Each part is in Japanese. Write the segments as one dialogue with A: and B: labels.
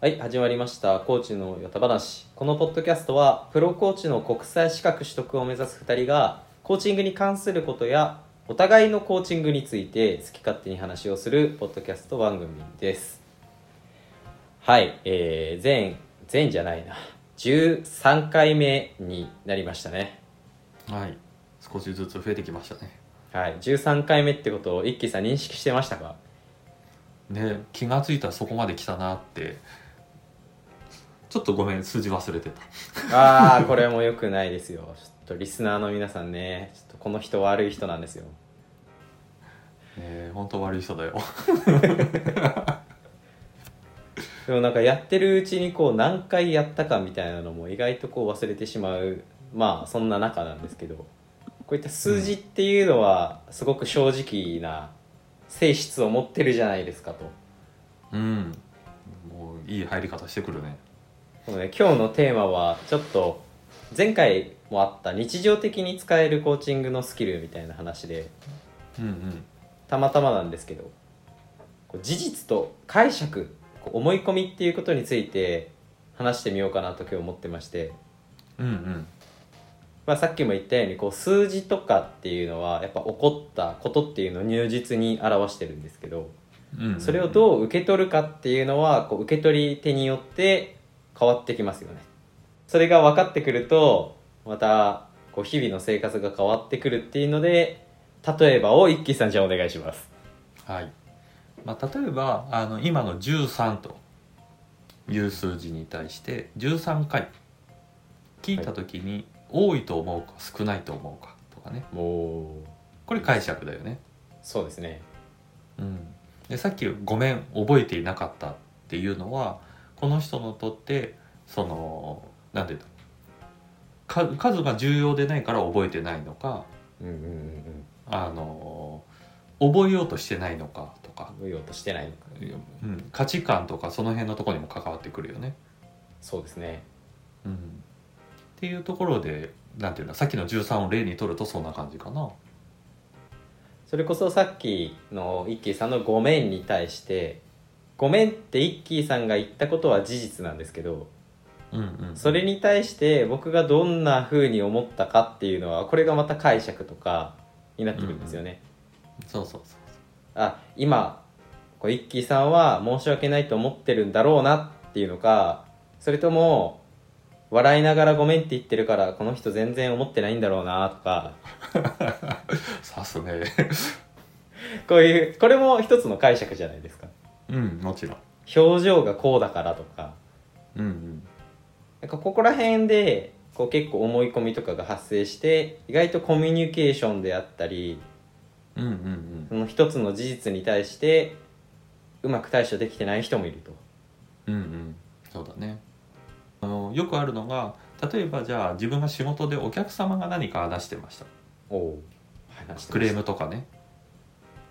A: はい、始まりました。コーチのヨタ話。このポッドキャストは、プロコーチの国際資格取得を目指す2人が、コーチングに関することや、お互いのコーチングについて好き勝手に話をするポッドキャスト番組です。はい、えー、全、全じゃないな。13回目になりましたね。
B: はい少しずつ増えてきましたね
A: はい、13回目ってことを一輝さん認識してましたか
B: で気が付いたらそこまで来たなってちょっとごめん数字忘れてた
A: ああ、これも良くないですよ。ちょっとリスナーの皆さんね、ちょっとこの人悪い人なんですよ。
B: えー、本当悪い人だよ
A: でもなんかやってるうちにこう何回やったかみたいなのも意外とこう忘れてしまうまあそんな中なんですけどこういった数字っていうのはすごく正直な性質を持ってるじゃないですかと。
B: うんもういい入り方してくるね
A: でもね今日のテーマはちょっと前回もあった日常的に使えるコーチングのスキルみたいな話で
B: うんうん
A: たまたまなんですけどこう事実と解釈こう思い込みっていうことについて話してみようかなと今日思ってまして。
B: うんうん
A: まあ、さっきも言ったようにこう数字とかっていうのはやっぱ起こったことっていうのを入実に表してるんですけど
B: うんうん
A: それを
B: う
A: どう受け取るかっていうのはこう受け取り手によって変わってきますよね。それが分かってくるとまたこう日々の生活が変わってくるっていうので例えばを一輝さんじゃあお願いします。
B: はい、まあ、例えばあの今の13という数字に対して13回聞いた時に、多いと思うか少ないと思うかとかね
A: も
B: これ解釈だよね
A: うそうですね。
B: うん、でさっき「ごめん覚えていなかった」っていうのはこの人にとってその何て言うんだろうか数が重要でないから覚えてないのか
A: うんうんうん
B: あの覚えようとしてないのかとか、
A: うん。ようとしてないのか。
B: うん、価値観とかその辺のところにも関わってくるよね。
A: そうですね。
B: うん、っていうところでなんていうのさっきの13を例にとるとそんな感じかな。
A: それこそさっきの一輝さんの「ごめん」に対して「ごめん」って一輝さんが言ったことは事実なんですけど
B: うんうん、
A: それに対して僕がどんな風に思ったかっていうのはこれがまた解釈とかになってくるんですよね。
B: そうそうそう
A: あ今こう一輝さんは申し訳ないと思ってるんだろうなっていうのかそれとも笑いながら「ごめん」って言ってるからこの人全然思ってないんだろうなとか
B: さすね
A: こういうこれも一つの解釈じゃないですか。
B: うんもちろん。
A: 表情がこうだからとか
B: うんうん
A: なんかここら辺でこう結構思い込みとかが発生して意外とコミュニケーションであったり
B: うんうんうん
A: その一つの事実に対してうまく対処できてない人もいると。
B: うんうんそうだねあのよくあるのが例えばじゃあ自分が仕事でお客様が何か話してました
A: お話して
B: クレー
A: ム
B: ムとかね、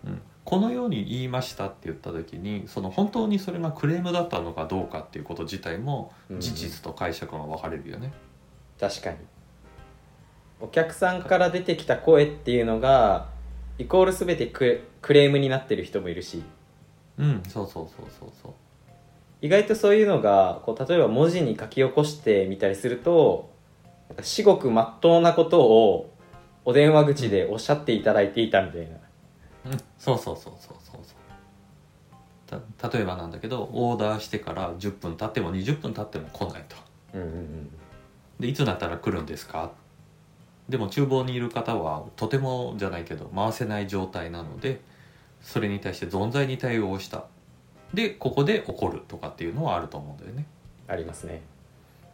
B: うん、このように言いましたって言った時にその本当にそれがクレームだったのかどうかっていうこと自体も事実と解釈が分かれるよね、
A: 確かにお客さんから出てきた声っていうのがイコール全てクレクレームになってる人もいるし
B: うんそうそうそうそうそう
A: 意外とそういうのがこう例えば文字に書き起こしてみたりするとなんか至極まっとうなことをお電話口でおっしゃっていただいていたみたいな、
B: うん、そうそうそうそうそうそうた例えばなんだけどオーダーしてから10分経っても20分経っても来ないと
A: うんうんうん、
B: でいつになったら来るんですかでも厨房にいる方はとてもじゃないけど回せない状態なのでそれに対して存在に対応したでここで怒るとかっていうのはあると思うんだよね
A: ありますね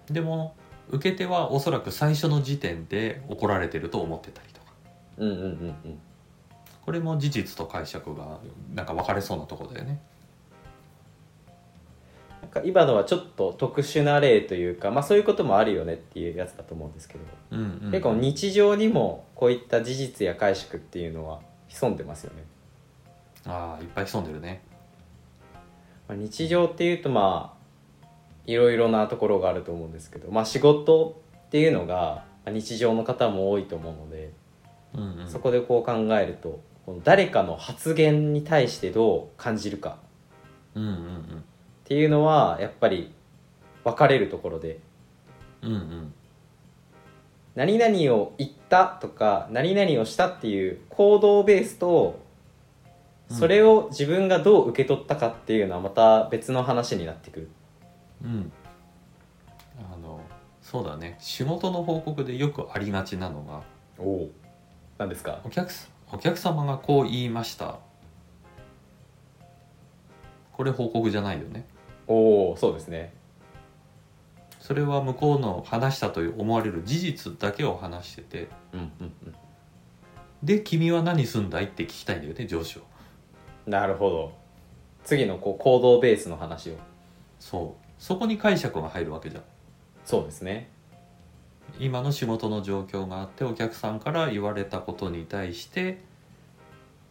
B: でも受け手はおそらく最初の時点で怒られてると思ってたりとか
A: うんうんうんうん
B: これも事実と解釈がなんか分かれそうなとこだよね
A: なんか今のはちょっと特殊な例というか、まあ、そういうこともあるよねっていうやつだと思うんですけど、
B: うんうん、
A: 結構日常にもこういった事実や解釈っていうのは潜んでますよね、
B: ああいっぱい潜んでるね
A: まあ、日常っていうとまあいろいろなところがあると思うんですけど、まあ、仕事っていうのがまあ日常の方も多いと思うので、
B: うんうん
A: そこでこう考えるとこの誰かの発言に対してどう感じるか
B: うんうんうん
A: っっていうのはやっぱり分かれるところで
B: うんうん
A: 何々を言ったとか何々をしたっていう行動ベースと
B: うん
A: それを自分がどう受け取ったかっていうのはまた別の話になってくる
B: うんあのそうだね仕事の報告でよくありがちなのが
A: おお何ですか
B: お客さお客様がこう言いましたこれ報告じゃないよね
A: おおそうですね
B: それは向こうの話したと思われる事実だけを話してて
A: うんうんうん
B: で君は何すんだいって聞きたいんだよね上司を
A: なるほど次のこう行動ベースの話を
B: そうそこに解釈が入るわけじゃん
A: そうですね
B: 今の仕事の状況があってお客さんから言われたことに対して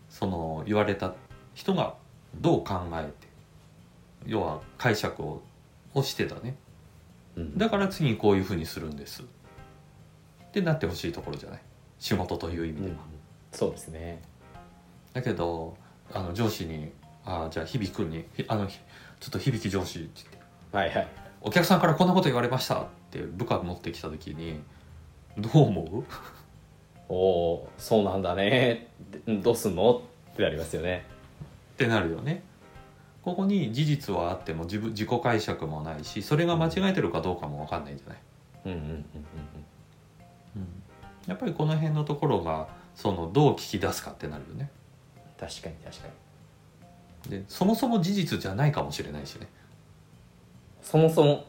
B: その言われた人がどう考えて要は解釈ををしてたね
A: うん
B: だから次にこういうふうにするんですってなってほしいところじゃない仕事という意味では、
A: そうですね
B: だけどあの上司に「ああじゃあ響君にひあのひちょっと響き上司」って言って
A: はいはい
B: 「お客さんからこんなこと言われました」って部下持ってきた時に「どう思う?」
A: おおそうなんだね でどうすんのってなりますよね
B: ってなるよねここに事実はあっても自分自己解釈もないしそれが間違えてるかどうかも分かんないじゃない、
A: うんうんうんうん
B: やっぱりこの辺のところがそのどう聞き出すかってなるよね
A: 確かに確かに
B: でそもそも事実じゃないかもしれないしね
A: そもそも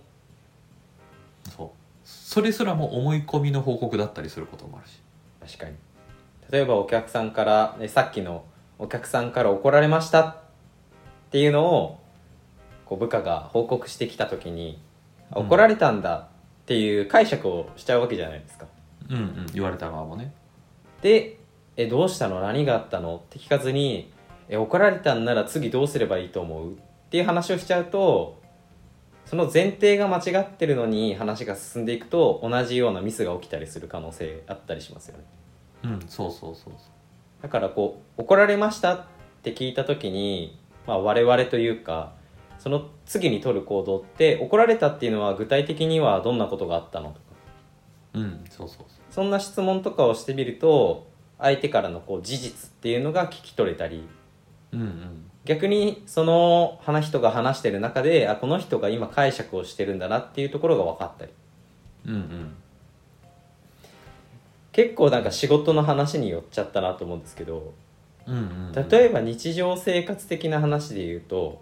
B: そうそれすらも思い込みの報告だったりすることもあるし
A: 確かに例えばお客さんからねさっきのお客さんから怒られましたっていうのをこう部下が報告してきた時に、あ
B: うん
A: 怒られたんだっていう解釈をしちゃうわけじゃないですか
B: うんうん言われた側もね
A: でえどうしたの何があったのって聞かずにえ怒られたんなら次どうすればいいと思うっていう話をしちゃうとその前提が間違ってるのに話が進んでいくと同じようなミスが起きたりする可能性あったりしますよね
B: うんそうそうそうそ
A: だからこう怒られましたって聞いた時に、まあ、我々というかその次に取る行動って怒られたっていうのは具体的にはどんなことがあったのとか
B: ううんそうそうそ
A: そんな質問とかをしてみると相手からのこう事実っていうのが聞き取れたり
B: ううんうん
A: 逆にその話人が話してる中であこの人が今解釈をしてるんだなっていうところが分かったり
B: うんうん
A: 結構なんか仕事の話に寄っちゃったなと思うんですけど
B: うんうんうん
A: 例えば日常生活的な話で言うと、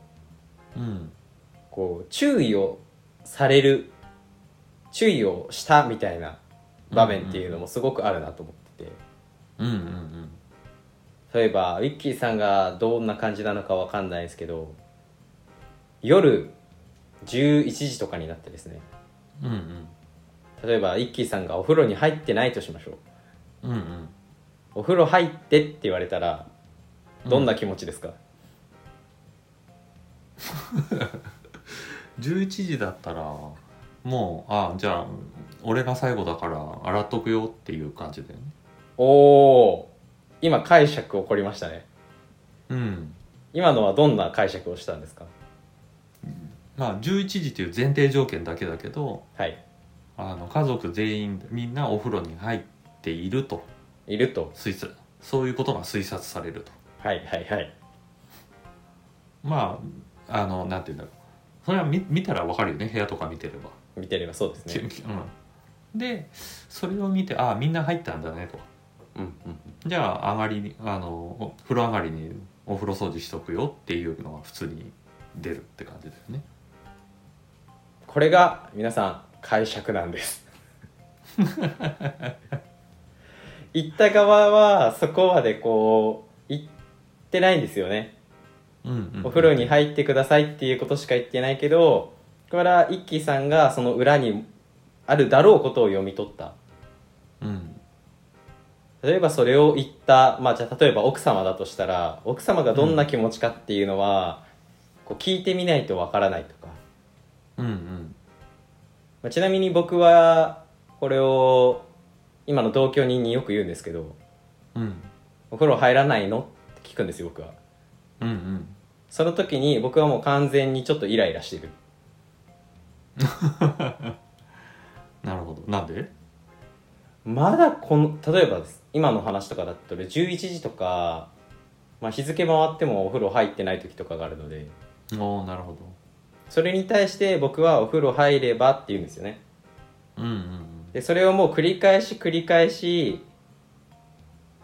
B: うん
A: こう注意をされる注意をしたみたいな場面っていうのもすごくあるなと思ってて、
B: うんうんうん
A: 例えばウィッキーさんがどんな感じなのかわかんないですけど夜11時とかになってですね
B: うんうん
A: 例えばウィッキーさんがお風呂に入ってないとしましょう
B: うんうん
A: お風呂入ってって言われたらどんな気持ちですか、
B: 11時だったらもうあじゃあ俺が最後だから洗っとくよっていう感じだよね
A: おお今解釈起こりましたね
B: うん
A: 今のはどんな解釈をしたんですか
B: まあ11時っていう前提条件だけだけど
A: はい
B: あの家族全員みんなお風呂に入っていると
A: いると
B: 推察そういうことが推察されると
A: はいはいはい
B: まああのなんて言うんだろうそれは見見たらわかるよね部屋とか見てれば、
A: 見てればそうですね。
B: うん、でそれを見てあみんな入ったんだねと
A: うんうん、
B: じゃあ上がりにあのお風呂上がりにお風呂掃除しとくよっていうのが普通に出るって感じだよね
A: これが皆さん解釈なんです。言った側はそこまでこう言ってないんですよね。
B: うんうんうん
A: お風呂に入ってくださいっていうことしか言ってないけど、これは一輝さんがその裏にあるだろうことを読み取った。
B: うん
A: 例えばそれを言った、まあ、じゃあ例えば奥様だとしたら奥様がどんな気持ちかっていうのは、こう聞いてみないとわからないとか
B: うんうん
A: まあ、ちなみに僕はこれを今の同居人によく言うんですけど
B: うん
A: 「お風呂入らないの?」って聞くんですよ僕は
B: うんうん
A: その時に僕はもう完全にちょっとイライラしてる
B: なるほどなんで
A: まだこの例えばです今の話とかだったら11時とか、まあ、日付回ってもお風呂入ってない時とかがあるので
B: おおなるほ
A: それに対して僕はお風呂入ればって言うんですよね
B: どうんうんうん
A: でそれをもう繰り返し繰り返し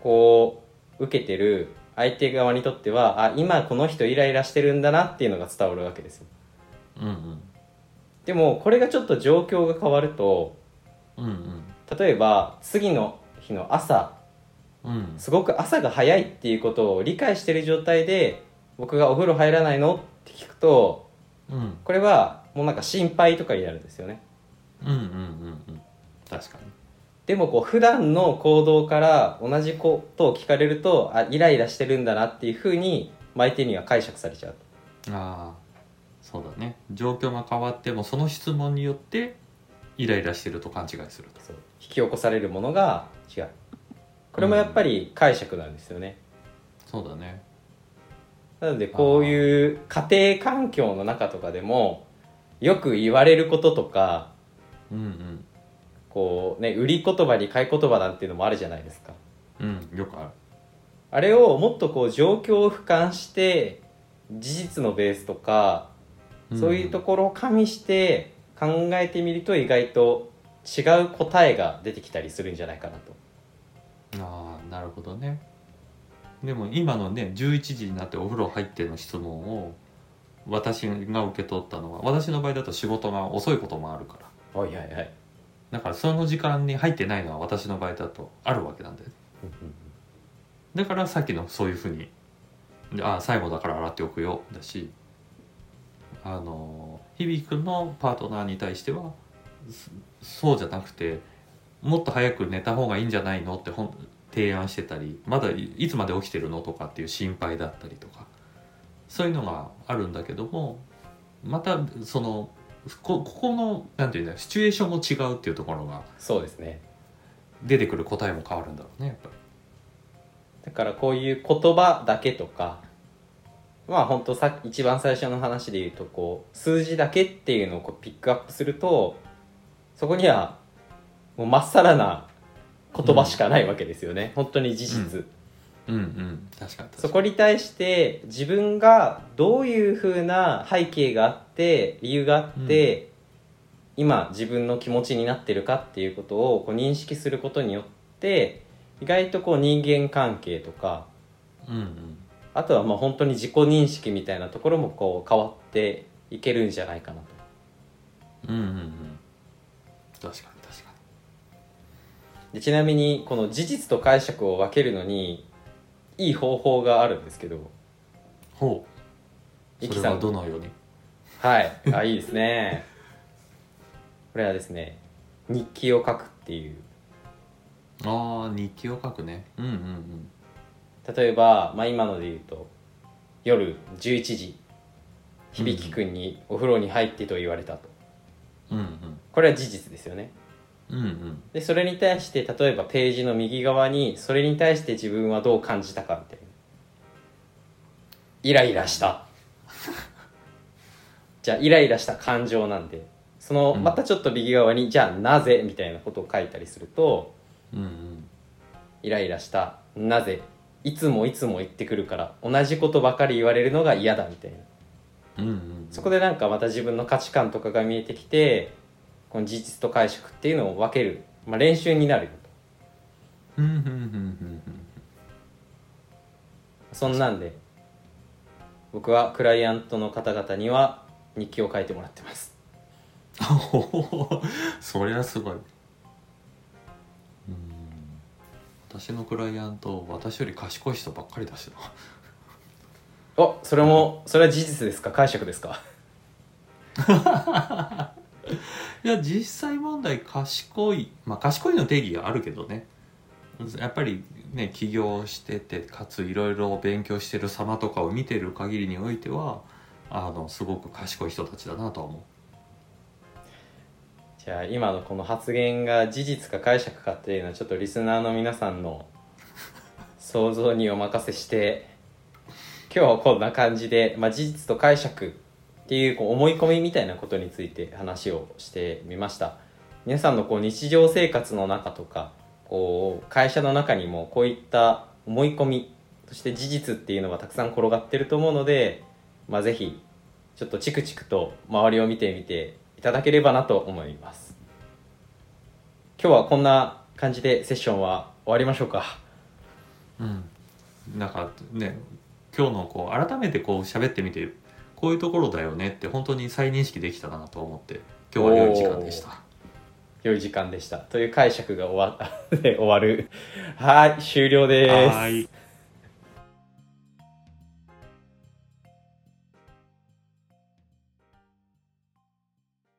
A: こう受けてる相手側にとってはあ今この人イライラしてるんだなっていうのが伝わるわけですよ
B: うん
A: でもこれがちょっと状況が変わると
B: うんうん
A: 例えば次の日の朝
B: うんうん
A: すごく朝が早いっていうことを理解してる状態で僕がお風呂入らないのって聞くと
B: うん
A: これはもうなんか心配とかになるんですよね
B: うんうんうんうん確かに
A: でもこう普段の行動から同じことを聞かれるとあイライラしてるんだなっていうふうに相手には解釈されちゃう
B: ああそうだね状況が変わってもその質問によってイライラしてると勘違いすると
A: そう引き起こされるものが違うこれもやっぱり解釈なんですよね、
B: そうだね
A: なのでこういう家庭環境の中とかでもよく言われることとか
B: うんうん
A: こうね売り言葉に買い言葉なんていうのもあるじゃないですか
B: うんよくある
A: あれをもっとこう状況を俯瞰して事実のベースとか
B: ん
A: そういうところを加味して考えてみると意外と違う答えが出てきたりするんじゃないかなと
B: ああなるほどねでも今のね11時になってお風呂入っての質問を私が受け取ったのは私の場合だと仕事が遅いこともあるから
A: はいはいはい
B: だからその時間に入ってないのは私の場合だとあるわけなんだよねだからさっきのそういうふうに「でああ最後だから洗っておくよ」だしあの響くんのパートナーに対してはそそうじゃなくてもっと早く寝た方がいいんじゃないのってほん提案してたりまだいいつまで起きてるのとかっていう心配だったりとかそういうのがあるんだけどもまたそのこここのなんていうんだシチュエーションも違うっていうところが
A: そうですね
B: 出てくる答えも変わるんだろうねやっぱり。
A: だからこういう言葉だけとかまあ本当さ一番最初の話で言うとこう数字だけっていうのをこうピックアップするとそこにはもうまっさらな言葉しかないわけですよね、本当に事実、
B: うんうんうん、確かに確かに
A: そこに対して自分がどういうふうな背景があって理由があって、今自分の気持ちになってるかっていうことをこう認識することによって意外とこう人間関係とか
B: うんうん
A: あとはまあ本当に自己認識みたいなところもこう変わっていけるんじゃないかなと。
B: うんうんうん確かに確か
A: でちなみにこの事実と解釈を分けるのにいい方法があるんですけど、
B: にほう
A: イ
B: そ
A: キ
B: れ
A: さ
B: は
A: ん
B: どのように
A: はい。 あ、いいですね。これはですね、日記を書くっていう。
B: ああ日記を書くねうんうんうん
A: 例えば、まあ今ので言うと、夜11時、響くんにお風呂に入ってと言われたと。
B: うんうん
A: これは事実ですよね。
B: うんうん
A: で、それに対して、例えばページの右側に、それに対して自分はどう感じたかみたいな。イライラした。 じゃあ、イライラした感情なんで、その、
B: うん
A: またちょっと右側に、じゃあなぜみたいなことを書いたりすると、
B: うんうん
A: イライラしたなぜいつもいつも言ってくるから同じことばかり言われるのが嫌だみたいな
B: うんうん
A: そこでなんかまた自分の価値観とかが見えてきてこの事実と解釈っていうのを分ける、まあ、練習になるよと
B: うんうんうんうん
A: そんなんで僕はクライアントの方々には日記を書いてもらってます
B: うんおおそりゃすごいうん私のクライアント私より賢い人ばっかりだしな
A: おそれもそれは事実ですか解釈ですか
B: いや実際問題賢いまあ賢いの定義があるけどねやっぱりね起業しててかついろいろ勉強してる様とかを見てる限りにおいてはあのすごく賢い人たちだなとは思
A: じゃあ今のこの発言が事実か解釈かっていうのはちょっとリスナーの皆さんの想像にお任せして今日はこんな感じで、まあ、事実と解釈っていうこう思い込みみたいなことについて話をしてみました皆さんのこう日常生活の中とかこう会社の中にもこういった思い込みそして事実っていうのがたくさん転がってると思うので、まあ、ぜひちょっとチクチクと周りを見てみていただければなと思います今日はこんな感じでセッションは終わりましょうか
B: うん、なんかね今日のこう改めてこう喋ってみてこういうところだよねって本当に再認識できたなと思って今日は良い時間でした
A: 良い 時間でしたという解釈が終わで終わるはい終了です
B: はーい